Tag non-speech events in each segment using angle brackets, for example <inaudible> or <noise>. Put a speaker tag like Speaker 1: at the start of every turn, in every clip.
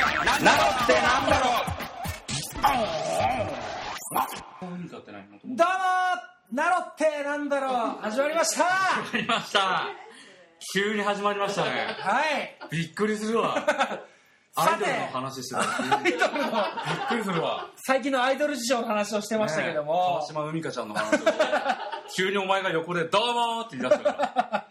Speaker 1: ってなんだろう何歌ってない
Speaker 2: ど
Speaker 1: の
Speaker 2: うもナロってなんだろう始まりましたは
Speaker 1: やりました急に始まりましたね
Speaker 2: い
Speaker 1: びっくりするわア
Speaker 2: さ
Speaker 1: イド
Speaker 2: て
Speaker 1: ルの話してたらび
Speaker 2: ア
Speaker 1: っ
Speaker 2: イドルの
Speaker 1: くりするわ
Speaker 2: 最近のアイドル事情の話をしてましたけど
Speaker 1: ね
Speaker 2: も
Speaker 1: <laughs> 川、島海香ちゃんの話を急にお前が横で「どうも!」って言い出すから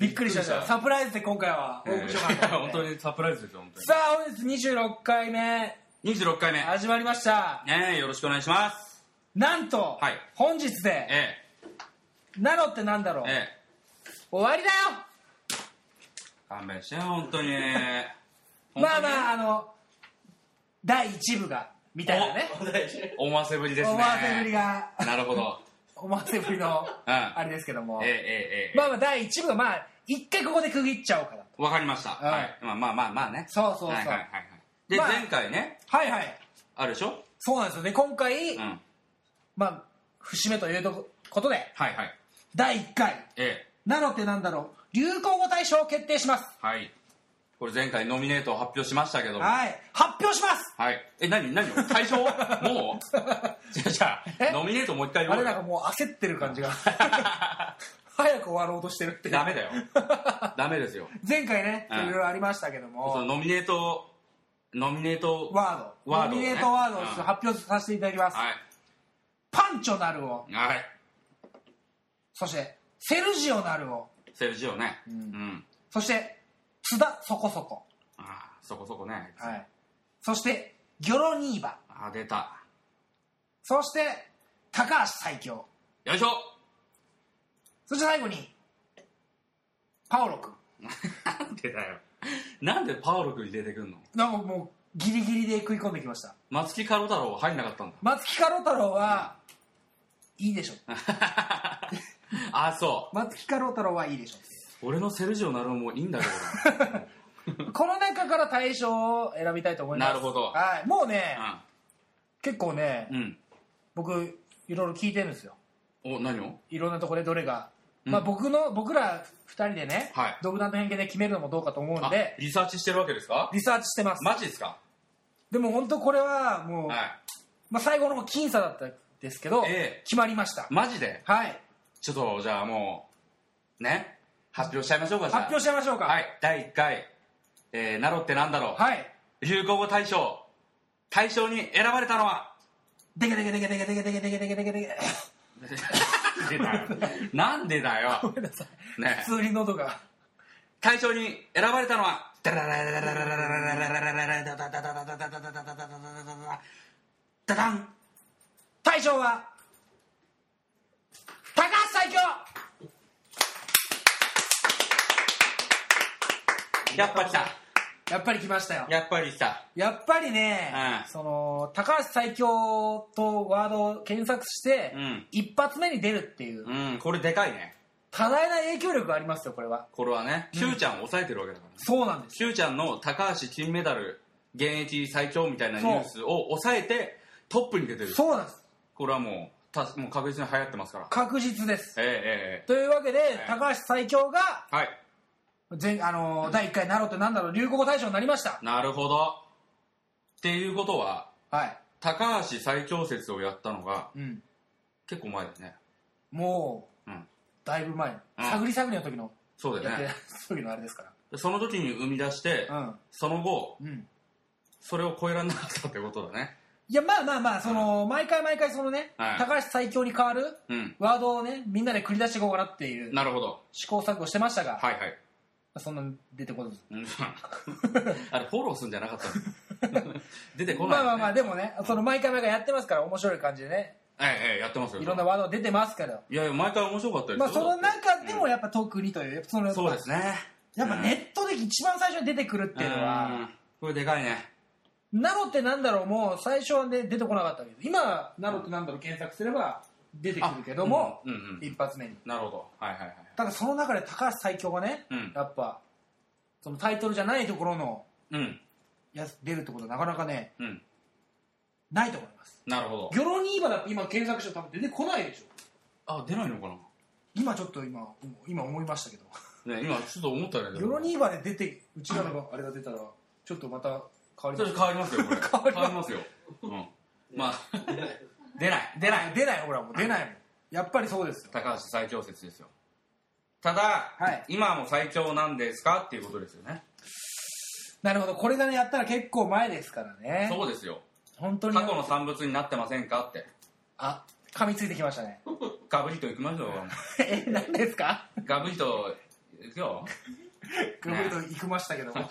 Speaker 2: びっくりしました
Speaker 1: びっくりした
Speaker 2: サプライズで今回は大口を買ったんで
Speaker 1: 本当にサプライズですよ本
Speaker 2: さあ本日26回目
Speaker 1: 当に26回目
Speaker 2: 始まりました
Speaker 1: ねえよろしくお願いします
Speaker 2: なんと、
Speaker 1: はい
Speaker 2: 本日で
Speaker 1: え
Speaker 2: ナロってなんだろう
Speaker 1: えええ
Speaker 2: 終わりだよ
Speaker 1: 勘弁してよ本当に
Speaker 2: まあ
Speaker 1: あ
Speaker 2: まああの第1部がみたい
Speaker 1: <laughs>
Speaker 2: なね
Speaker 1: 思わせぶりですね
Speaker 2: 思わせぶりが
Speaker 1: なるほど
Speaker 2: 思わせぶりの
Speaker 1: うん
Speaker 2: あれですけども、
Speaker 1: ええええええ
Speaker 2: まあまあ第1部はまあ一回ここで区切っちゃおうかな
Speaker 1: わかりました。
Speaker 2: うん
Speaker 1: はい。まあまあまあまあね。
Speaker 2: そうそうそう
Speaker 1: はいはいはいはい。で、
Speaker 2: まあ
Speaker 1: 前回ね、
Speaker 2: はいはい
Speaker 1: あるでしょ
Speaker 2: そうなんですよね今回、
Speaker 1: うん。はい
Speaker 2: まあ節目というとことで
Speaker 1: はい。
Speaker 2: 第1回
Speaker 1: ええ。
Speaker 2: なのってなんだろう流行語大賞を決定します
Speaker 1: はい。これ前回ノミネートを発表しましたけども。は
Speaker 2: はい発表します
Speaker 1: い。え、何何対
Speaker 2: <laughs>
Speaker 1: 象もうじゃあじゃ
Speaker 2: え
Speaker 1: あ、ノミネートもう一回言
Speaker 2: あ
Speaker 1: お
Speaker 2: れ
Speaker 1: う
Speaker 2: なん
Speaker 1: よ。
Speaker 2: かもう焦ってる感 <laughs> じが早く終わろうとしてるっていう
Speaker 1: ダ
Speaker 2: <laughs>
Speaker 1: メだよダメですよ。
Speaker 2: 前回ね
Speaker 1: うん
Speaker 2: いろいろありましたけど
Speaker 1: その
Speaker 2: も
Speaker 1: ノミネート、ノミネート、は
Speaker 2: ワード
Speaker 1: ワードを
Speaker 2: ノミ
Speaker 1: ね
Speaker 2: ネートワードを
Speaker 1: うん
Speaker 2: 発表させていただきます、
Speaker 1: い。
Speaker 2: パンチョなるを
Speaker 1: はい。
Speaker 2: そしてセルジオなるを
Speaker 1: セルジオね。うんん。
Speaker 2: そして津田そこそこ
Speaker 1: ああ、そこそこね。
Speaker 2: はい、そしてギョロニーバ
Speaker 1: ああ、出た。
Speaker 2: そして高橋最強
Speaker 1: よいしょ <laughs>
Speaker 2: そして最後にパオロ君
Speaker 1: なんでだよ。なんでパオロ君入れてくんの
Speaker 2: なんかもうギリギリで食い込んできました
Speaker 1: 松木カロ太郎は入んなかったんだ
Speaker 2: 松木カロ太郎は、いいでしょ
Speaker 1: あそ
Speaker 2: 松木カロ太郎はいいでしょ
Speaker 1: う俺のセルジオなるもいいんだけ
Speaker 2: この中から大賞を選びたいと思います
Speaker 1: なるほど
Speaker 2: はい、もうね、
Speaker 1: ど
Speaker 2: 結構ね、
Speaker 1: うん、
Speaker 2: 僕いろいろ聞いてるんですよ
Speaker 1: うん、お何を
Speaker 2: いろんなとこでどれが、
Speaker 1: うん
Speaker 2: まあ、僕の僕ら2人でね、
Speaker 1: はい
Speaker 2: 独断と偏見で決めるのもどうかと思うん
Speaker 1: あ
Speaker 2: で
Speaker 1: リサーチしてるわけですか
Speaker 2: リサーチしてます、
Speaker 1: マジですか
Speaker 2: でも本当これはもう、
Speaker 1: はい
Speaker 2: まあ、最後の方僅差だったんですけど、
Speaker 1: ええ
Speaker 2: 決まりました
Speaker 1: マジで
Speaker 2: はい
Speaker 1: ちょっとじゃあもうね発表しちゃいましょうかじゃあ
Speaker 2: 発表しちゃいましょうか
Speaker 1: はい第1回、えー、ナロってなんだろう、
Speaker 2: はい
Speaker 1: 流行語大賞大賞に選ばれたのは
Speaker 2: でけでけでけでけでけでけでけでけでけでけ
Speaker 1: 出たよなんでだよ
Speaker 2: ごめんなさい
Speaker 1: ね
Speaker 2: 普通に喉が
Speaker 1: 大賞に選ばれたのはダダン
Speaker 2: 大賞は高橋最強
Speaker 1: やっぱ来た
Speaker 2: やっぱり来ましたよ
Speaker 1: やっぱり来た
Speaker 2: やっぱりね、
Speaker 1: うん
Speaker 2: その高橋最強とワードを検索して、
Speaker 1: うん
Speaker 2: 一発目に出るっていう
Speaker 1: うんこれでかいね
Speaker 2: 多大な影響力がありますよこれは
Speaker 1: これはね Q ちゃんを抑えてるわけだからね
Speaker 2: そうなんです
Speaker 1: Q ちゃんの高橋金メダル現役最強みたいなニュースを抑えてトップに出てる
Speaker 2: そうなんです
Speaker 1: これはもうたもう確実に流行ってますから
Speaker 2: 確実です
Speaker 1: えええええ
Speaker 2: というわけで、
Speaker 1: い
Speaker 2: 高橋最強が
Speaker 1: えはい
Speaker 2: 全、あのー第1回なろうってなんだろう流行語大賞になりました
Speaker 1: なるほどっていうことは
Speaker 2: はい、
Speaker 1: 高橋最強説をやったのが
Speaker 2: うん、
Speaker 1: 結構前だよね
Speaker 2: もう、
Speaker 1: うん
Speaker 2: だいぶ前、
Speaker 1: うん
Speaker 2: 探り探りの時の
Speaker 1: そうだ
Speaker 2: や
Speaker 1: よ
Speaker 2: って
Speaker 1: ね
Speaker 2: た時のあれですか
Speaker 1: でその時に生み出して、
Speaker 2: ら
Speaker 1: その後
Speaker 2: うんうん
Speaker 1: それを超えられなかったってことだね
Speaker 2: いやまあまあまあその、毎回毎回そのね、
Speaker 1: はい
Speaker 2: 高橋最強に変わる
Speaker 1: うん
Speaker 2: ワードをねみんなで繰り出していこうかなっていう
Speaker 1: なるほど
Speaker 2: 試行錯誤してましたが、
Speaker 1: はいはい
Speaker 2: そんな出てこず
Speaker 1: うんあれフォローすんじゃなかった
Speaker 2: <laughs>
Speaker 1: の出てこな
Speaker 2: まあ
Speaker 1: いよね、
Speaker 2: まあまあでもねその毎回毎回やってますから面白い感じでね
Speaker 1: ええええやってますよ
Speaker 2: いろんなワード出てますけど
Speaker 1: いやいや毎回面白かったですよ
Speaker 2: まあその中でも
Speaker 1: うん
Speaker 2: やっぱ特にというやっぱその
Speaker 1: そうですね
Speaker 2: やっぱネットで一番最初に出てくるっていうの
Speaker 1: う
Speaker 2: は
Speaker 1: んこれでかいね
Speaker 2: ナロってなんだろうもう最初はね出てこなかったけど今ナロってなんだろう検索すれば出てくるけども
Speaker 1: うんうんうん
Speaker 2: 一発目に
Speaker 1: なるほどはいはいはい
Speaker 2: ただその中で高橋最強がね
Speaker 1: うん
Speaker 2: やっぱそのタイトルじゃないところの
Speaker 1: うん
Speaker 2: やつ出るってことはなかなかね
Speaker 1: うん
Speaker 2: ないと思います
Speaker 1: なるほど
Speaker 2: ギョロニーバだって今検索したら多分出てこないでしょ
Speaker 1: あ出ないのかな
Speaker 2: 今ちょっと今今思いましたけど
Speaker 1: ね今ちょっと思ったけど
Speaker 2: ヨロニーバで出てうちらのあれが出たらちょっとまた変わり
Speaker 1: そ
Speaker 2: ま
Speaker 1: れ
Speaker 2: す
Speaker 1: 変わりますよ、こ
Speaker 2: <laughs>
Speaker 1: れ。
Speaker 2: 変わります
Speaker 1: 変わりますよ。うん。まあ、出ない、出ない。
Speaker 2: 出ないほらもう出ないもんやっぱりそうですよ
Speaker 1: 高橋最長説ですよ。ただ、
Speaker 2: はい
Speaker 1: 今も最長なんですかっていうことですよね。
Speaker 2: なるほどこれがねやったら結構前ですからね
Speaker 1: そうですよ。
Speaker 2: 本当
Speaker 1: 過
Speaker 2: に
Speaker 1: 去の産物になってませんかって。
Speaker 2: あ噛みついてきました
Speaker 1: <laughs>
Speaker 2: ね
Speaker 1: ガブリと行きましょ <laughs> う。
Speaker 2: え何ですか
Speaker 1: ガブリと行くよ。
Speaker 2: ググルと行きました
Speaker 1: <laughs>
Speaker 2: けども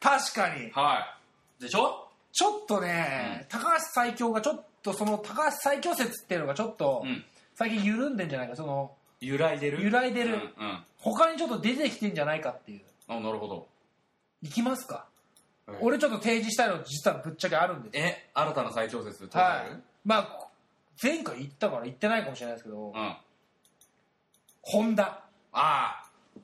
Speaker 2: 確かに
Speaker 1: はい。でしょ
Speaker 2: ちょっとね、高橋最強がちょっとその高橋最強説っていうのがちょっと、
Speaker 1: うん
Speaker 2: 最近緩んでんじゃないかその
Speaker 1: 揺らいでる
Speaker 2: 揺らいでる
Speaker 1: うん、うん。
Speaker 2: 他にちょっと出てきてんじゃないかっていう
Speaker 1: あ、なるほど。
Speaker 2: 行きますか、
Speaker 1: はい
Speaker 2: 俺ちょっと提示したいの実はぶっちゃけあるんですよ
Speaker 1: え、新たな最長説って
Speaker 2: はいまあ前回行ったから行ってないかもしれないですけど、
Speaker 1: うん。あ
Speaker 2: ホンダ
Speaker 1: あー。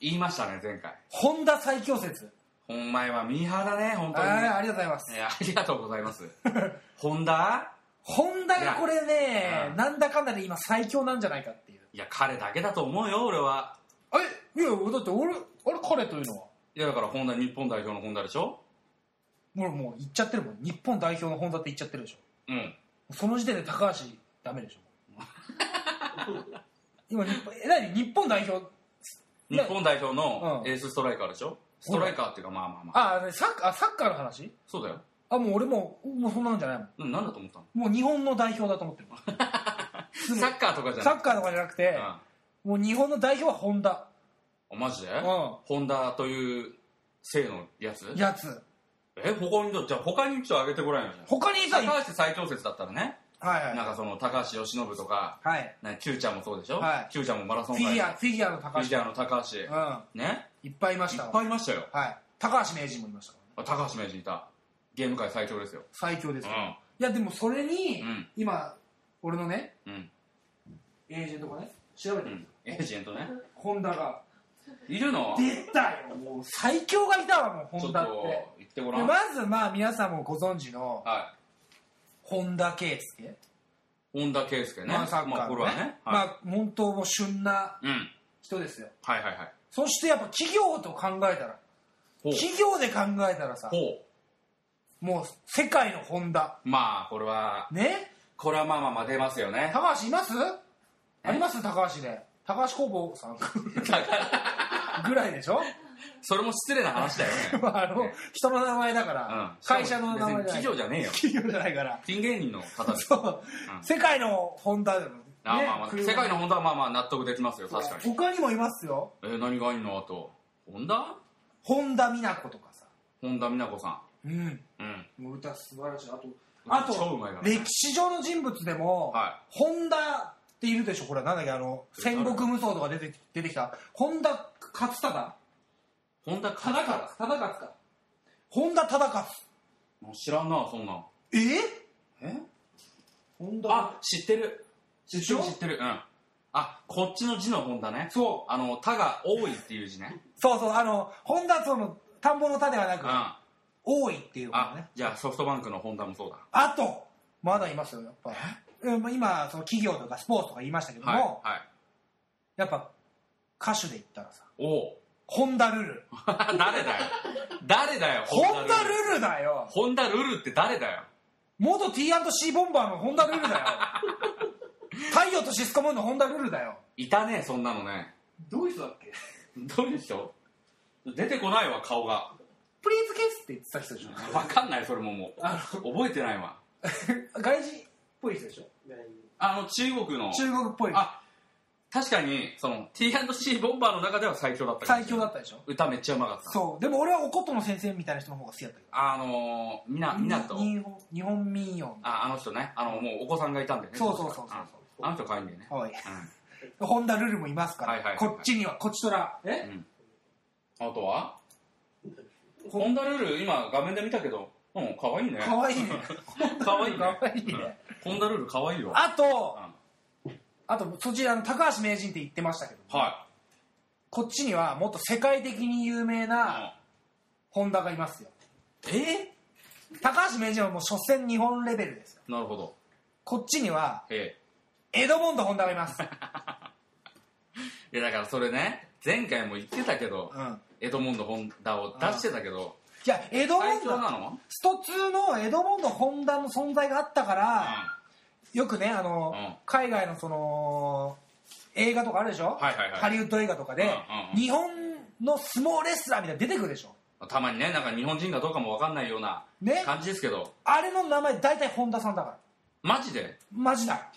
Speaker 1: 言いましたね、前回。
Speaker 2: ホンダ最強説
Speaker 1: ほんまはミーハーだね、本
Speaker 2: あ
Speaker 1: 当にね。
Speaker 2: ーありがとうございます
Speaker 1: えーありがとうございます。 <laughs> ホンダ
Speaker 2: ホンダがこれね、
Speaker 1: うん
Speaker 2: なんだかんだで今最強なんじゃないかっていう
Speaker 1: いや、彼だけだと思うよ、俺は。
Speaker 2: えいやだって俺あれ彼というのはい
Speaker 1: や、だから、ホンダ、日本代表のホンダでしょ
Speaker 2: もうもう言っちゃってるもん日本代表の本田って言っちゃってるでし
Speaker 1: うん。
Speaker 2: ょその時点で高橋ダメで <laughs> しょ今日本え何日本代表
Speaker 1: 日本代表の
Speaker 2: うん
Speaker 1: エースストライカーでしょストライカーっていうか、まあまあまあ。
Speaker 2: あサッカーあサッカーの話
Speaker 1: そうだよ。
Speaker 2: あもう俺もうもうそんなんじゃないも
Speaker 1: うん、なんだと
Speaker 2: <laughs>
Speaker 1: 思ったの
Speaker 2: んもう日本の代表だと思って <laughs> る
Speaker 1: サッカーとかじゃ
Speaker 2: サ
Speaker 1: な
Speaker 2: ッカーとかじゃなくて
Speaker 1: い。うん
Speaker 2: もう日本の代表は本田
Speaker 1: あマジで、
Speaker 2: ん
Speaker 1: ホンダという姓のやつ
Speaker 2: やつ
Speaker 1: え他にじゃあ他にちょっと上げてこらんよじゃ
Speaker 2: 他にさ
Speaker 1: あ高橋最強説だったらね、
Speaker 2: はいはい
Speaker 1: なんかその高橋由伸とか
Speaker 2: はい
Speaker 1: ね Q ちゃんもそうでしょ、
Speaker 2: はい
Speaker 1: Q ちゃんもマラソ
Speaker 2: フ
Speaker 1: ン
Speaker 2: ィ
Speaker 1: 界
Speaker 2: ギ
Speaker 1: の
Speaker 2: ュアフィギュアの
Speaker 1: フ
Speaker 2: 高
Speaker 1: ィギ
Speaker 2: 橋
Speaker 1: ュアの高橋、
Speaker 2: う
Speaker 1: ね
Speaker 2: んいっぱいいま
Speaker 1: い
Speaker 2: した
Speaker 1: っ
Speaker 2: わ
Speaker 1: ぱいいましたよ
Speaker 2: はい高橋名人もいましたからね
Speaker 1: あ高橋名人いたゲーム界最強ですよ
Speaker 2: 最強で
Speaker 1: う
Speaker 2: すよ
Speaker 1: ん
Speaker 2: いやでもそれに、
Speaker 1: うん
Speaker 2: 今俺のね
Speaker 1: うん
Speaker 2: エージェントがね調べて
Speaker 1: う
Speaker 2: る、
Speaker 1: んエージェントね
Speaker 2: ホンダが
Speaker 1: いるの
Speaker 2: 出たよもう最強がいたわもうホ
Speaker 1: ちょっ
Speaker 2: ン
Speaker 1: と
Speaker 2: ダって
Speaker 1: 言ってごら
Speaker 2: で
Speaker 1: ん、
Speaker 2: まずまあ皆さんもご存知の
Speaker 1: は
Speaker 2: 本田圭佑、
Speaker 1: い本田圭佑ね、
Speaker 2: まあサッカーのね,、ま
Speaker 1: まあ
Speaker 2: あ、
Speaker 1: これはね、はい
Speaker 2: 本当もう旬な
Speaker 1: うん
Speaker 2: 人ですよ
Speaker 1: はいはいはい
Speaker 2: そしてやっぱ企業と考えたら
Speaker 1: ほう
Speaker 2: 企業で考えたらさ
Speaker 1: ほ
Speaker 2: もう世界の本田
Speaker 1: うまあこれは
Speaker 2: ね
Speaker 1: これはまあまあまあ出ますよね <laughs>
Speaker 2: 高橋いますあります高橋で高橋工房さんぐらいでしょ。
Speaker 1: それも失礼な話だよね
Speaker 2: <laughs>
Speaker 1: <laughs>
Speaker 2: まああの
Speaker 1: ね
Speaker 2: 人の名前だか
Speaker 1: うん
Speaker 2: ら、会社の名前
Speaker 1: 別に
Speaker 2: じゃない
Speaker 1: 企業じゃねえよ。
Speaker 2: 企業じゃないから
Speaker 1: ピン芸人の方です。
Speaker 2: そう、
Speaker 1: うん
Speaker 2: 世界のホンダでも、ね
Speaker 1: あまあまあ、世界の本田はまあまあ納得できますよ、
Speaker 2: 車
Speaker 1: 確かに。
Speaker 2: 他にもいますよ
Speaker 1: えー、何がいいのあと。本田
Speaker 2: 本田美奈子とかさ
Speaker 1: 本田美奈子さ
Speaker 2: うん
Speaker 1: ん。うん。
Speaker 2: もう歌素晴らしいあとあ
Speaker 1: 超
Speaker 2: と
Speaker 1: うまいからね
Speaker 2: 歴史上の人物でも、
Speaker 1: は
Speaker 2: 本田っているでしょこれなんだっけあの戦国無双とか出て出てきた本田勝忠
Speaker 1: 本田か
Speaker 2: 忠勝忠勝か本田忠勝
Speaker 1: 知らんな、そんなん。
Speaker 2: え
Speaker 1: え
Speaker 2: 本
Speaker 1: あ、知ってる。
Speaker 2: でしょ
Speaker 1: 知ってる。うん。あ、こっちの字の本田ね。。
Speaker 2: そう
Speaker 1: あの、田が多いっていう字ね。
Speaker 2: そうそうあの本田その田んぼの田ではな
Speaker 1: う
Speaker 2: く、
Speaker 1: ん。あ、
Speaker 2: 多いっていうことね
Speaker 1: じゃあソフトバンクの本田もそうだ。
Speaker 2: あとまだいますよやっぱうんまあ今その企業とかスポーツとか言いましたけども、
Speaker 1: はい。はい。
Speaker 2: やっぱ歌手で言ったらさ
Speaker 1: お <laughs> う。
Speaker 2: 本田ルル
Speaker 1: 誰だよ。誰だよ、
Speaker 2: 本田ルルだよ
Speaker 1: ホンダルルって誰だよ
Speaker 2: 元 T&C ボンバーの本田ルルだ <laughs> よ太陽とシスコムーンの本田ルルだよ
Speaker 1: いたねそんなのね
Speaker 2: どういう人だっけ
Speaker 1: どうでしょう出てこないわ顔が
Speaker 2: プリーズケースって言ってた人でしょ
Speaker 1: わかんないそれももう
Speaker 2: あ
Speaker 1: 覚えてないわ
Speaker 2: の <laughs> 外人っぽい人でしょ
Speaker 1: あの中国の
Speaker 2: 中国っぽい
Speaker 1: あ確かにその T&C ボンバーの中では最強だったかも
Speaker 2: 最
Speaker 1: しれ
Speaker 2: 強
Speaker 1: な
Speaker 2: だ
Speaker 1: い
Speaker 2: ったでしょ
Speaker 1: 歌めっちゃうまかった
Speaker 2: そうでも俺はおことの先生みたいな人の方が好きだったけど
Speaker 1: あのーみなみなと
Speaker 2: 日本日本民謡
Speaker 1: ああの人ねあのもうお子さんがいたんでね
Speaker 2: そうそうそうそう
Speaker 1: ああの人可愛いんだよね
Speaker 2: はい本田ルルもいますから、
Speaker 1: はいはいはいはい
Speaker 2: こっちにはこっちとら
Speaker 1: う
Speaker 2: え
Speaker 1: ん、うん、あとはホンダルル今画面で見たけどうん可愛いね
Speaker 2: かわいい
Speaker 1: <laughs>
Speaker 2: ね
Speaker 1: 可愛いね
Speaker 2: かわいいね、
Speaker 1: ホンダルル可愛いよ
Speaker 2: あと、あとそちらの高橋名人って言ってましたけど、
Speaker 1: は
Speaker 2: こっちにはもっと世界的に有名
Speaker 1: い、
Speaker 2: な本田がいますよ
Speaker 1: え
Speaker 2: 高橋名人はもう所詮日本レベルですよ
Speaker 1: なるほど。
Speaker 2: こっちには
Speaker 1: え
Speaker 2: エドモンド本田がいます、
Speaker 1: え。いや、だからそれね、前回も言ってたけど、
Speaker 2: うん、
Speaker 1: エドモンド・ホンダを出してたけど、
Speaker 2: じゃあ江戸
Speaker 1: 最
Speaker 2: 門
Speaker 1: 強な
Speaker 2: の
Speaker 1: の
Speaker 2: スト2の江戸門のホンダの存在があったから、よくねあの、
Speaker 1: うん
Speaker 2: 海外のその映画とかあるでしょ、
Speaker 1: はいはいはい
Speaker 2: ハリウッド映画とかで、
Speaker 1: うんうんうん
Speaker 2: 日本の相撲レスラーみたいなの出てくるでしょ
Speaker 1: うんたまにねなんか日本人かどうかも分かんないような
Speaker 2: ね
Speaker 1: 感じですけど、
Speaker 2: あれの名前大体本田さんだから
Speaker 1: マジで
Speaker 2: マジだ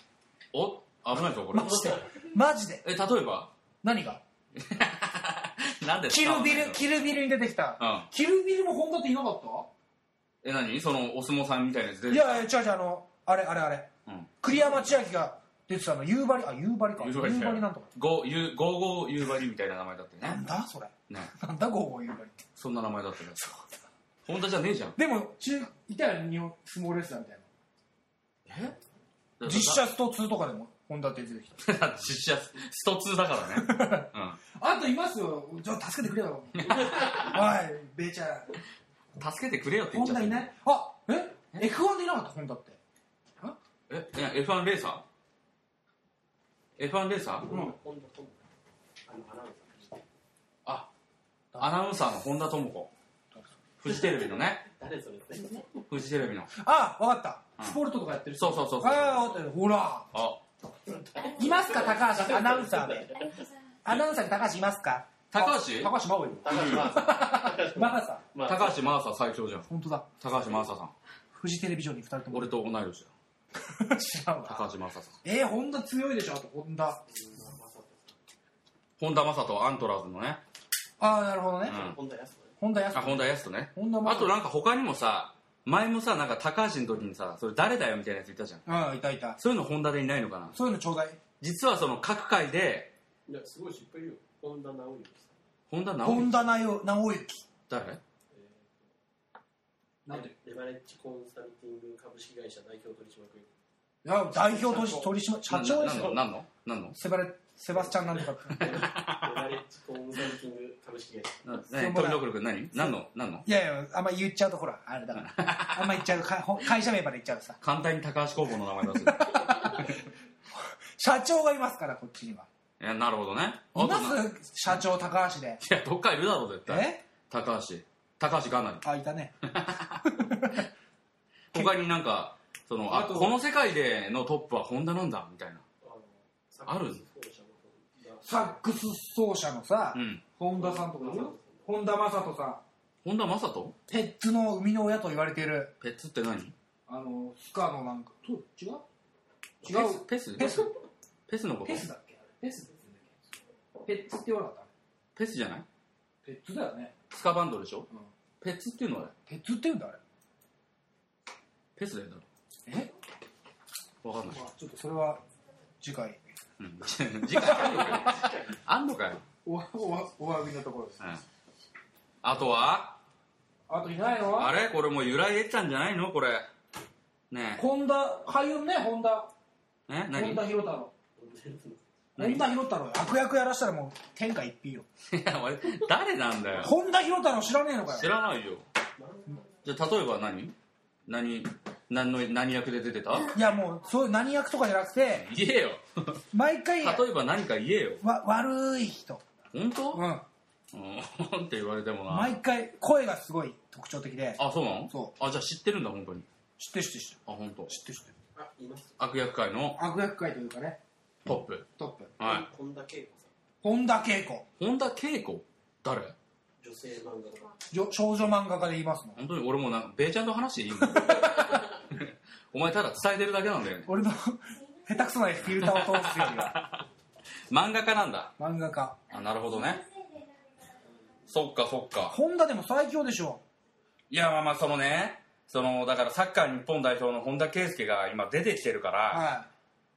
Speaker 1: お危ないぞこれ
Speaker 2: マジでマジで
Speaker 1: え例えば <laughs>
Speaker 2: 何が
Speaker 1: なんで
Speaker 2: キルビル
Speaker 1: ル
Speaker 2: キルビルに出てきた、
Speaker 1: うん
Speaker 2: キルビルも本田っていなかっ
Speaker 1: え何そのお相撲さんみたいなやつ
Speaker 2: た
Speaker 1: で
Speaker 2: いやいや違う違うあのあれあれあれ
Speaker 1: うん
Speaker 2: 栗山千明が出てたの夕張あ夕張か
Speaker 1: 夕
Speaker 2: 夕
Speaker 1: 張
Speaker 2: 張なんとか
Speaker 1: ゴーユーゴーゴー夕張みたいな名前だって
Speaker 2: な
Speaker 1: ね
Speaker 2: んだそれ
Speaker 1: ね
Speaker 2: なんだゴーゴー夕張って
Speaker 1: そんな名前だったね本田じゃねえじゃん
Speaker 2: でも中いたよ日本相撲レスラーみたい
Speaker 1: え
Speaker 2: な実写スト2とかでも本田って出てきた
Speaker 1: 写 <laughs> 実写スト2だからね、
Speaker 2: <laughs> あといますよじゃあ助けてくれ
Speaker 1: <laughs>
Speaker 2: よおいベイちゃん
Speaker 1: うん、助けてくれよって言っ
Speaker 2: 本
Speaker 1: ちゃ
Speaker 2: 田
Speaker 1: った
Speaker 2: いないあえ F1 でいなかった本田って
Speaker 1: えいや F1 レーサー F1 レーサー、
Speaker 2: うん
Speaker 1: あアナウンサーの本田智子フジテレビのね
Speaker 3: 誰それ誰それ
Speaker 1: フジテレビの
Speaker 2: あわかっ
Speaker 1: う
Speaker 2: た
Speaker 1: ん
Speaker 2: スポルトとかやってる人
Speaker 1: そうそうそうそう
Speaker 2: ああ分かったよほら
Speaker 1: あ
Speaker 2: いますか高橋アナウンサーで <laughs> アナウンサーで高橋いますか
Speaker 1: 高橋
Speaker 2: あ高橋真央よ
Speaker 3: 高橋真麻さん
Speaker 2: 真央さん
Speaker 3: まあ
Speaker 1: 高橋真麻最強じゃん
Speaker 2: 本当だ
Speaker 1: 高橋真麻さん
Speaker 2: フジテレビ上に2人
Speaker 1: <laughs>
Speaker 2: とも
Speaker 1: 俺と同い年だよ
Speaker 2: 知らんわ
Speaker 1: 高橋真麻さん
Speaker 2: えー、ホンダ強いでしょあとホンダ
Speaker 1: 本田真人アントラーズのね、
Speaker 2: ああなるほど
Speaker 1: う
Speaker 2: ね、
Speaker 1: ん、
Speaker 3: 本田康
Speaker 2: ホンダ安
Speaker 1: あ本田康人ね
Speaker 2: ホンダ
Speaker 1: あとなんか他にもさ前もさなんか高橋の時にさそれ誰だよみたいなやついたじゃん
Speaker 2: うんいたいた
Speaker 1: そういうの本田でいないのかな
Speaker 2: そういうのちょうだい
Speaker 1: 実はその各界で
Speaker 3: 子いやすごい失敗よ本田直之
Speaker 1: 本田直
Speaker 2: ホ
Speaker 1: 樹
Speaker 2: ンダなよ直之
Speaker 1: 誰
Speaker 2: なん
Speaker 3: でレバレッジコンサルティング株式会社代表取締役
Speaker 2: いや代表取締取締社長
Speaker 1: な
Speaker 2: で
Speaker 1: な
Speaker 2: す
Speaker 1: ん
Speaker 2: よ
Speaker 1: のなんのなんの
Speaker 2: セバレセバスチャンなんとかって
Speaker 3: レバレッジコンサルティング株式会社
Speaker 1: な
Speaker 2: う
Speaker 1: 何
Speaker 2: も
Speaker 1: 飛
Speaker 2: な
Speaker 1: び
Speaker 2: い
Speaker 1: どころくん何何の何の
Speaker 2: いやいやあんま言っちゃうとほらあれだからあんま言っちゃうかほ会社名まで言っちゃうとさ
Speaker 1: 簡単に高橋工房の名前出すい
Speaker 2: 社長がいますからこっちには
Speaker 1: やなるほどねあ
Speaker 2: い
Speaker 1: と
Speaker 2: ま
Speaker 1: な
Speaker 2: す社長高橋で
Speaker 1: いやどっかいるだろう絶対
Speaker 2: え
Speaker 1: 高橋高橋がなり
Speaker 2: あいたね
Speaker 1: 他になんかそのあ
Speaker 3: あと
Speaker 1: この世界でのトップは本田なんだみたいな
Speaker 3: あの
Speaker 1: ある
Speaker 2: サックス奏者のさ、
Speaker 1: うん
Speaker 2: ホンダさんとかさ本田正人さん
Speaker 1: 本田正人
Speaker 2: 鉄ッツの生みの親と言われている
Speaker 1: ペッツって何
Speaker 2: あのスカのなんかと違う違う
Speaker 1: ペス
Speaker 2: ペス
Speaker 1: ペスのこと
Speaker 2: ペスだっけペスペッツって言わなかった
Speaker 1: ペスじゃない
Speaker 2: ペッツだよね
Speaker 1: スカバンドでしょ、
Speaker 2: うん
Speaker 1: ペッツっていうのはあれ
Speaker 2: ペッツって言うんだあれ
Speaker 1: ペスだよだろ
Speaker 2: え
Speaker 1: わかんない、
Speaker 2: ちょっとそれは次回
Speaker 1: うん、 <laughs> 次回あんのかよあんのかよ、
Speaker 2: おわおわお詫びのところです
Speaker 1: うんあとは
Speaker 2: あといないの
Speaker 1: あ
Speaker 2: は
Speaker 1: れこれもう由来得たんじゃないのこれね
Speaker 2: ホンダ俳優のねホンダ
Speaker 1: ええ
Speaker 2: ホ
Speaker 1: 何
Speaker 2: ン
Speaker 1: い <laughs>
Speaker 2: ダ博太郎
Speaker 1: 何
Speaker 2: 本田博太郎悪役やらしたらもう天下一品よ
Speaker 1: や俺誰なんだよ
Speaker 2: 本田博太郎知らねえのか
Speaker 1: 知
Speaker 2: よ
Speaker 1: らないよじゃあ例えば何何何の何役で出てた
Speaker 2: いやもうそういう何役とかじゃなくて
Speaker 1: 言えよ
Speaker 2: 毎回わ
Speaker 1: 例えば何か言えよ
Speaker 2: 悪い人
Speaker 1: 本当
Speaker 2: うん
Speaker 1: うん <laughs> って言われてもな
Speaker 2: 毎回声がすごい特徴的で
Speaker 1: あそうなの
Speaker 2: そ
Speaker 1: あじゃあ知ってるんだ本当に
Speaker 2: 知ってる知ってる知ってる
Speaker 1: あ本当
Speaker 2: 知ってる知ってる
Speaker 3: あいます
Speaker 1: 悪役界の
Speaker 2: 悪役界というかね
Speaker 1: トップ、
Speaker 2: トップ
Speaker 1: はい
Speaker 3: 本田圭子さん
Speaker 2: 本田恵子
Speaker 1: 本田恵子誰
Speaker 3: 女性漫画家
Speaker 2: じょ少女漫画家で言いますの
Speaker 1: 本当に俺もなベイちゃんと話
Speaker 2: <laughs>
Speaker 1: していいのお前ただ伝えてるだけなんだよね
Speaker 2: 俺の <laughs> 下手くそなフィルターを通すべきが
Speaker 1: 漫画家なんだ
Speaker 2: 漫画家
Speaker 1: あなるほどねそっかそっか
Speaker 2: 本田でも最強でしょ
Speaker 1: いやまあまあそのねそのだからサッカー日本代表の本田圭佑が今出てきてるから、
Speaker 2: は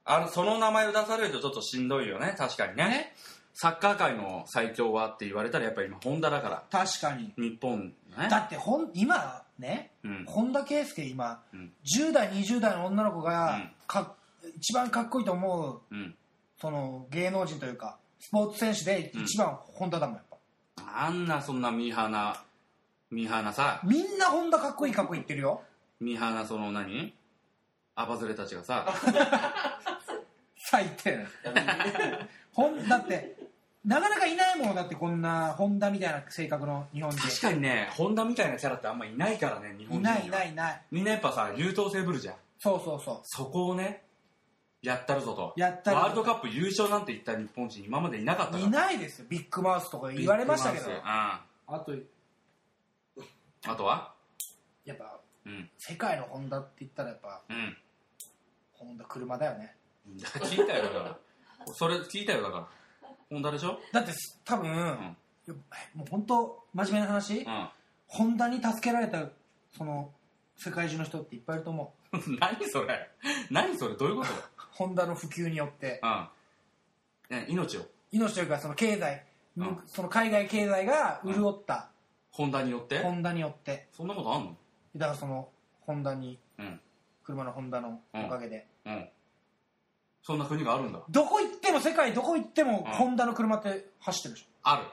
Speaker 1: あのその名前を出されるとちょっとしんどいよね確かにねサッカー界の最強はって言われたらやっぱり今本田だから
Speaker 2: い確かに
Speaker 1: 日本のね
Speaker 2: だってほん今ね、
Speaker 1: うん
Speaker 2: 本田圭佑今、
Speaker 1: うん
Speaker 2: 10代20代の女の子
Speaker 1: う
Speaker 2: が
Speaker 1: ん
Speaker 2: か、一番かっこいいと思う
Speaker 1: うん
Speaker 2: その芸能人というかスポーツ選手で一番本田だもんやっぱ、
Speaker 1: あんなそんなミーハーなミーハーなさ
Speaker 2: みんな本田かっこいいかっこいい言ってるよ
Speaker 1: ミーハーなその何アバズレたち
Speaker 2: <laughs>
Speaker 1: がさ
Speaker 2: 最低本だってなかなかいないもんだってこんなホンダみたいな性格の日本人
Speaker 1: 確かにね、ホンダみたいなキャラってあんまいないからね、日
Speaker 2: い
Speaker 1: 本人には
Speaker 2: ないいないいない
Speaker 1: みんなやっぱさ、優等生ぶるじゃん。
Speaker 2: そうそうそう
Speaker 1: そこをね、やったるぞと。
Speaker 2: やったるぞ
Speaker 1: ワールドカップ優勝なんて言った日本人今までいなかったから。
Speaker 2: いないですよビッグマウスとか言われましたけど
Speaker 1: ビッグマ
Speaker 2: あと
Speaker 1: ウスうん。あとは
Speaker 2: やっぱ
Speaker 1: うん。
Speaker 2: 世界のホンダって言ったらやっぱ
Speaker 1: うん。
Speaker 2: ホンダ車だよね
Speaker 1: 聞いたよ、だから。それ聞いたよ、だから。ホンダでしょ
Speaker 2: だってす多分、
Speaker 1: ん <laughs>
Speaker 2: いやもう本当真面目な話、
Speaker 1: うん。
Speaker 2: ホンダに助けられたその世界中の人っていっぱいいると思う
Speaker 1: 何それ何それどういうこと
Speaker 2: ホンダの普及によって
Speaker 1: うん。ね命を。
Speaker 2: 命というかその経済、
Speaker 1: うん
Speaker 2: その海外経済が潤った、
Speaker 1: ホンダによって
Speaker 2: ホンダによって
Speaker 1: そんなことあんの
Speaker 2: だからそのホンダに
Speaker 1: うん。
Speaker 2: 車のホンダのおかげで、
Speaker 1: うん。そんな国があるんだ。
Speaker 2: どこ行っても世界どこ行っても
Speaker 1: うん
Speaker 2: ホンダの車って走ってるでしょ
Speaker 1: ある。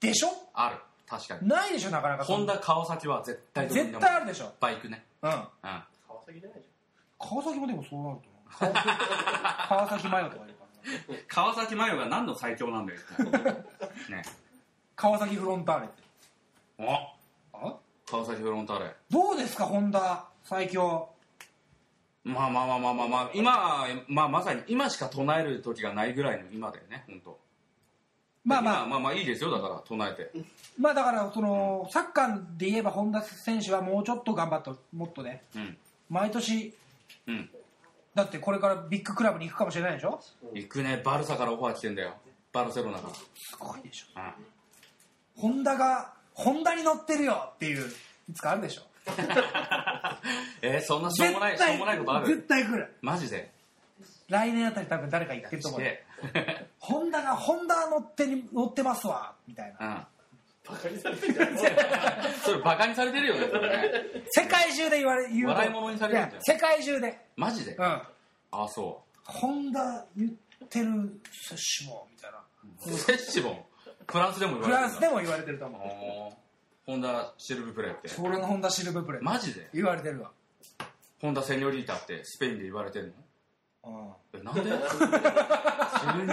Speaker 2: でしょ
Speaker 1: ある。確かに。
Speaker 2: ないでしょなかなか
Speaker 1: ホン
Speaker 2: ダ
Speaker 1: ダ川崎は絶対どこに
Speaker 2: 絶
Speaker 1: でも
Speaker 2: 対あるでしょ
Speaker 1: バイクね。
Speaker 2: うん
Speaker 1: うん。
Speaker 3: 川崎じゃないじ
Speaker 2: 川崎もでもそうなると思う川崎川崎マヨとかいるからな
Speaker 1: 川崎麻世が何の最強なんだよ。 <laughs> ね。
Speaker 2: 川崎フロンターレ
Speaker 1: お
Speaker 2: あ
Speaker 1: 川崎フロンターレ。
Speaker 2: どうですかホンダ最強
Speaker 1: まあまあまあまあまあまあ、今、まあまさに今しか唱える時がないぐらいの今だよね、本当。
Speaker 2: まあまあ
Speaker 1: あまあまあいいですよ、だから唱えて。
Speaker 2: まあだからそのサッカーで言えば本田選手はもうちょっと頑張ってもっとね
Speaker 1: うん。
Speaker 2: 毎年
Speaker 1: うん。
Speaker 2: だってこれからビッグクラブに行くかもしれないでしょ
Speaker 1: 行くね、バルサからオファー来てんだよ。バルセロナか
Speaker 2: すごいでしょ
Speaker 1: ら。
Speaker 2: ホンダがホンダに乗ってるよっていういつかあるでしょ
Speaker 1: うん。 <laughs> えーそんなしょうもない、しょうもないことあ
Speaker 2: 絶
Speaker 1: る
Speaker 2: 対来る
Speaker 1: マジで
Speaker 2: 来年あたり多分誰か行ってると
Speaker 1: し
Speaker 2: 思う
Speaker 1: て。
Speaker 2: ホンダがホンダ乗ってる乗ってますわみたいな
Speaker 1: うん。
Speaker 3: ゃん。バカにされてるじゃん。
Speaker 1: それバカにされてるよね、それね。
Speaker 2: 世界中で言われ言うと
Speaker 1: 笑い物にされるんじゃ
Speaker 2: い
Speaker 1: ん
Speaker 2: や世界中で
Speaker 1: マジで
Speaker 2: うん
Speaker 1: あ、そ
Speaker 2: ホンダ言ってる選手もみたいな
Speaker 1: う。セッシボン。フランスでも
Speaker 2: フ
Speaker 1: 言われて
Speaker 2: ラ
Speaker 1: る
Speaker 2: ンスでも言われてると思う
Speaker 1: おーホンダシルブプレーって。
Speaker 2: それがホンダシルブプレー
Speaker 1: マジで
Speaker 2: 言われてるわ、
Speaker 1: ホンダセニョリータってスペインで言われてるの
Speaker 2: うん、
Speaker 1: えなんで自分に。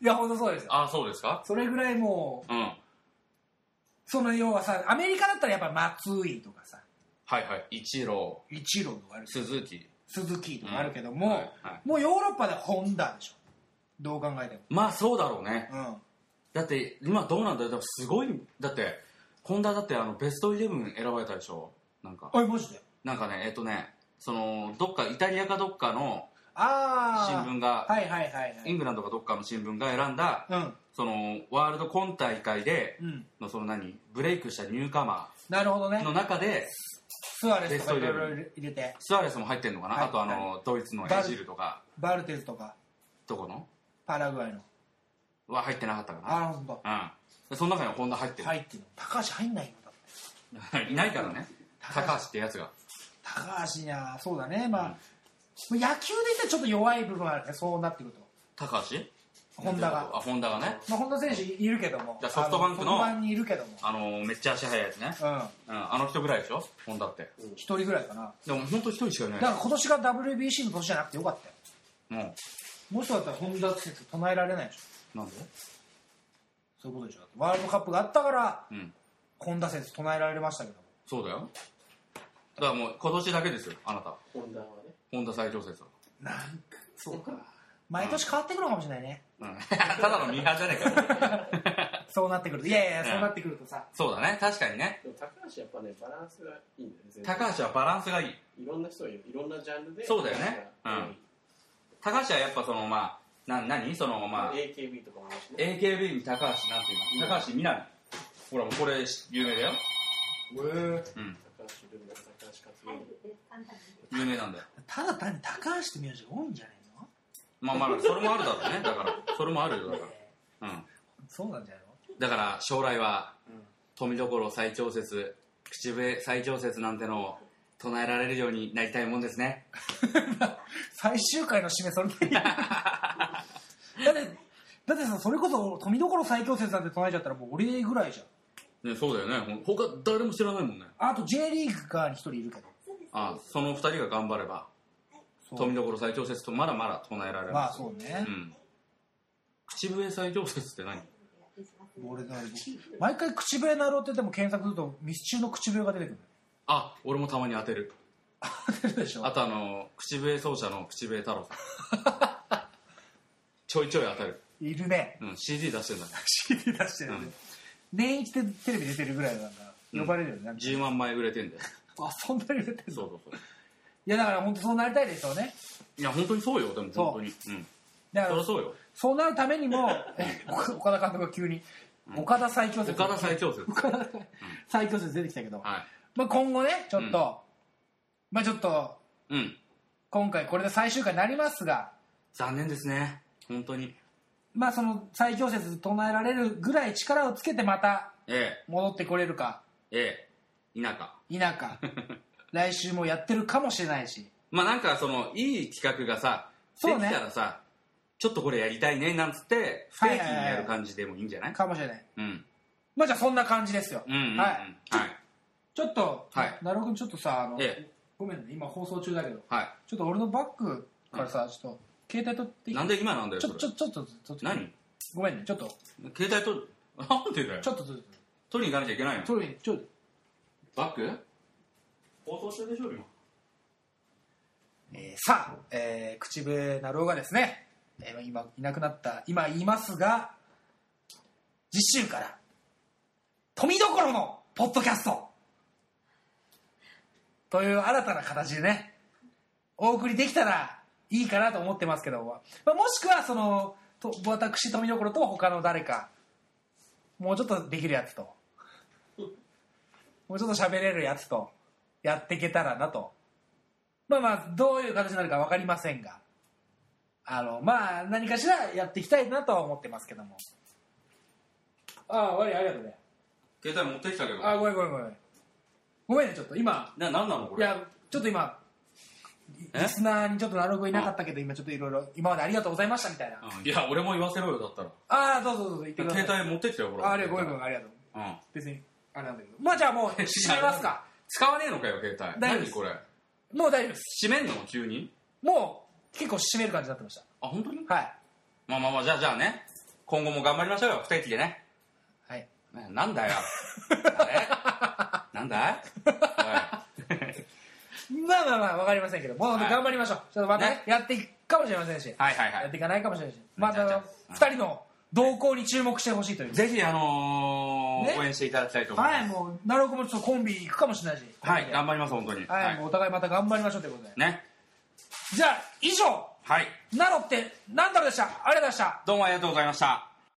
Speaker 2: いや本当そうですよ
Speaker 1: あ、そうですか
Speaker 2: それぐらいもう
Speaker 1: うん。はい
Speaker 2: その要はさアメリカだったらやっぱ松井とかさ
Speaker 1: はい。一郎、
Speaker 2: 一郎とかあるし
Speaker 1: 鈴木。
Speaker 2: 鈴木とかあるけども、
Speaker 1: うんはいは
Speaker 2: もうヨーロッパではホンダでしょどう考えても
Speaker 1: まあそうだろうね。
Speaker 2: うん
Speaker 1: だって今どうなんだよ。多分すごい、だって、ホンダだってあのベストイレブン選ばれたでしょなんか、
Speaker 2: おいマジで
Speaker 1: なんかね、えっとね、その、どっか、イタリアかどっかの
Speaker 2: あ
Speaker 1: 新
Speaker 2: あ
Speaker 1: 聞が、
Speaker 2: はいはいはいは
Speaker 1: イ
Speaker 2: い
Speaker 1: ングランドかどっかの新聞が選んだ、
Speaker 2: うん
Speaker 1: その、ワールド今大会で
Speaker 2: うん
Speaker 1: の、その何、ブレイクしたニューカマ
Speaker 2: なるほど
Speaker 1: ー
Speaker 2: ね
Speaker 1: の中で、
Speaker 2: スアレスとかいろいろ入れて
Speaker 1: スアレスも入ってんのかな、
Speaker 2: はい
Speaker 1: あとあの、ドイツのエジルとか
Speaker 2: バルテルとか
Speaker 1: どこの
Speaker 2: パラグアイの
Speaker 1: は入ってなかったか
Speaker 2: ああほんと
Speaker 1: なうんでその中にはホンダ入ってる、
Speaker 2: 入ってるの高橋入んないよだって
Speaker 1: <laughs> い、ないからね
Speaker 2: 高橋
Speaker 1: 高橋ってやつが
Speaker 2: 高橋にはそうだねまあ、野球で言ったらちょっと弱い部分はあるねそうなってくると
Speaker 1: 高橋
Speaker 2: ホンダが
Speaker 1: あホンダがね
Speaker 2: まあ、本田選手いるけども
Speaker 1: じゃあソフトバンクの
Speaker 2: あソフトバンクにいるけども
Speaker 1: あのめっちゃ足速いやつね、
Speaker 2: うん
Speaker 1: うん、あの人ぐらいでしょホンダって
Speaker 2: 一人ぐらいかな
Speaker 1: でも本当一人しかいな
Speaker 2: だ
Speaker 1: い
Speaker 2: から今年が WBC の年じゃなくてよかったよ
Speaker 1: も
Speaker 2: もう一人だったら本田説唱えられないでしょ
Speaker 1: うなんで
Speaker 2: そういうことでしょだってワールドカップがあったから
Speaker 1: うん
Speaker 2: 本田説唱えられましたけども
Speaker 1: そうだよだからもう今年だけですよあなた
Speaker 3: ホンダはね。
Speaker 1: ホンダ最強説は、
Speaker 2: なんかそうか毎年変わってくるかもしれないね
Speaker 1: うん、 <laughs> ただのミーハーじゃねえか
Speaker 2: そうなってくるといやいやいや
Speaker 1: うん
Speaker 2: そうなってくるとさ
Speaker 1: そうだね確かにね
Speaker 3: でも高橋やっぱね、バランスがいいんだよね。全然
Speaker 1: 高橋はバランスがいい
Speaker 3: いろんな人がいる。いろんなジャンルで。
Speaker 1: そうだよねうん高橋はやっぱそのまあな何そのまあ
Speaker 3: AKB とかもあるしね。
Speaker 1: AKB に高橋なんて言います高橋みなみほらもうこれ有名だようん
Speaker 3: 高橋ルミナ、高橋克典。
Speaker 1: 有名なんだよ
Speaker 2: ただ単に高橋って名字が多いんじゃないの
Speaker 1: まあまあそれもあるだろうねだからそれもあるよだからうん
Speaker 2: そうなんじゃないの
Speaker 1: だから将来は
Speaker 2: うん
Speaker 1: 富所最強説口笛最強説なんてのを唱えられるようになりたいもんですね
Speaker 2: <laughs> 最終回の締めそれ <laughs> でだってだってさそれこそ富所最強説なんて唱えちゃったらもう俺ぐらいじゃん
Speaker 1: ねそうだよねほ他誰も知らないもんね
Speaker 2: あと J リーグ側に一人いるけど
Speaker 1: ああその二人が頑張れば
Speaker 2: そう
Speaker 1: 富所最強説とまだまだ唱えられる
Speaker 2: まあそうね、
Speaker 1: うん、口口笛最強説って何
Speaker 2: 俺だ毎回口笛なろうってでも検索するとミスチルの口笛が出てくる
Speaker 1: あ、俺もたまに当てる。
Speaker 2: 出てるでしょ
Speaker 1: あとあの、口笛奏者の口笛太郎さん。 <laughs> ちょいちょい当たる。
Speaker 2: いるね
Speaker 1: うん、CD 出してんだ。
Speaker 2: CD 出してるね、
Speaker 1: うん
Speaker 2: 年一でテレビ出てるぐらいなんだ
Speaker 1: うん
Speaker 2: 呼ばれるよね、なんか
Speaker 1: 10万枚売れてんだよ。
Speaker 2: あそんなに売れてる
Speaker 1: <laughs> そう
Speaker 2: の
Speaker 1: そうそう。
Speaker 2: いやだから本当そうなりたいでしょうね
Speaker 1: いや、本当にそうよ、でも本当に。うん。
Speaker 2: だか
Speaker 1: そりゃ
Speaker 2: ら
Speaker 1: そうよ。
Speaker 2: そうなるために
Speaker 1: <laughs>
Speaker 2: もえ岡田監督が急に岡田最強説
Speaker 1: 岡田最強説。
Speaker 2: 岡 <laughs> 田最強説出てきたけど、
Speaker 1: は
Speaker 2: まあ、今後ねちょっと、まあちょっと
Speaker 1: い。うん。
Speaker 2: 今回これで最終回になりますが
Speaker 1: 残念ですね。本当に。
Speaker 2: まあその最強説唱えられるぐらい力をつけてまた
Speaker 1: え
Speaker 2: 戻ってこれるか
Speaker 1: え、ええ、田舎。
Speaker 2: 否
Speaker 1: <laughs>
Speaker 2: か来週もやってるかもしれないし
Speaker 1: まあなんかその、いい企画がさ、
Speaker 2: そうね
Speaker 1: できたらさ、ちょっとこれやりたいね、なんつって、不定期にやる感じでもいいんじゃない
Speaker 2: かもしれない
Speaker 1: うん。
Speaker 2: まあじゃあそんな感じですよ、
Speaker 1: うんうんうん。
Speaker 2: は
Speaker 1: はいい。
Speaker 2: ちょっと、
Speaker 1: はい
Speaker 2: なるくんちょっとさあの、
Speaker 1: え
Speaker 2: ごめんね今放送中だけど
Speaker 1: え、は
Speaker 2: ちょっと俺のバッグからさ、ちょっと携帯取って
Speaker 1: い。
Speaker 2: き
Speaker 1: なんで今なんだよ、
Speaker 2: ち
Speaker 1: そ
Speaker 2: ょ
Speaker 1: れ。
Speaker 2: ちょちょっとちょっと
Speaker 1: 何
Speaker 2: ごめんねちょっと
Speaker 1: 携帯取る。 <laughs> なんでだよ
Speaker 2: ち。ょっとちょっと
Speaker 1: 取りに行かなきゃいけないの
Speaker 2: ちょっとちょっと
Speaker 1: バッグ放送中でしょ、今。
Speaker 2: えーさあ、えー、口笛なろうがですね、えー今いなくなった今言いますが実週から富どころのポッドキャストという新たな形でねお送りできたらいいかなと思ってますけど、まあ、もしくはそのと私富どころと他の誰かもうちょっとできるやつともうちょっと喋れるやつとやっていけたらなとまあまあ、どういう形になるか分かりませんが、あの、まあ、何かしらやっていきたいなとは思ってますけども。ああ、悪い、ありがとうね。
Speaker 1: 携帯持ってきたけど。
Speaker 2: ああ、ごめんごめんごめん。ごめんね、ちょっと今、
Speaker 1: な、なんなのこ
Speaker 2: い
Speaker 1: れ。
Speaker 2: や、ちょっと今、
Speaker 1: え
Speaker 2: リスナーにちょっとナログいなかったけど、今ちょっといろいろ、今までありがとうございましたみたいな。
Speaker 1: うんいや、俺も言わせろよ、だったら。
Speaker 2: ああ、どうぞどうぞ、言ってください。
Speaker 1: 携帯持ってきたよ、ほら。
Speaker 2: ああ、ありがとう、ごめんごめん、ありがとう。
Speaker 1: うん。
Speaker 2: 別に、あれなんだけど。まあじゃあもう、閉めま
Speaker 1: <laughs>
Speaker 2: すか。
Speaker 1: 使わねえのかよ、携帯。
Speaker 2: 大丈夫です
Speaker 1: 何これ。
Speaker 2: もう大丈夫です。
Speaker 1: 閉めんの急に
Speaker 2: もう、結構閉める感じになってまし
Speaker 1: あ、本当に
Speaker 2: た。はい。
Speaker 1: まあまあまあ、じゃあじゃあね。今後も頑張りましょうよ、不定期でね。
Speaker 2: はい。
Speaker 1: ねなんだよ。あれなんだいおい
Speaker 2: まあまあまあ、わかりませんけど、もう
Speaker 1: はい
Speaker 2: 頑張りましょう。ちょっとまたね
Speaker 1: ね
Speaker 2: やっていくかもしれませんし、
Speaker 1: はいはい
Speaker 2: や
Speaker 1: は
Speaker 2: っ
Speaker 1: い。
Speaker 2: ていかないかもしれないし、ま
Speaker 1: じゃあじゃ
Speaker 2: た
Speaker 1: あ
Speaker 2: 二人の動向に注目してほしいという。
Speaker 1: ぜひ、あのー
Speaker 2: ね
Speaker 1: 応援していただきたいと思います。
Speaker 2: はい、もう、なるくもちょっとコンビ行くかもしれないし。
Speaker 1: はい、
Speaker 2: は
Speaker 1: 頑張ります、本当に。
Speaker 2: い、もうお互いまた頑張りましょうということで。
Speaker 1: ね。
Speaker 2: じゃあ、以上、
Speaker 1: はい。
Speaker 2: ナロってなんだろうでした。ありがとうございました。
Speaker 1: どうもありがとうございました。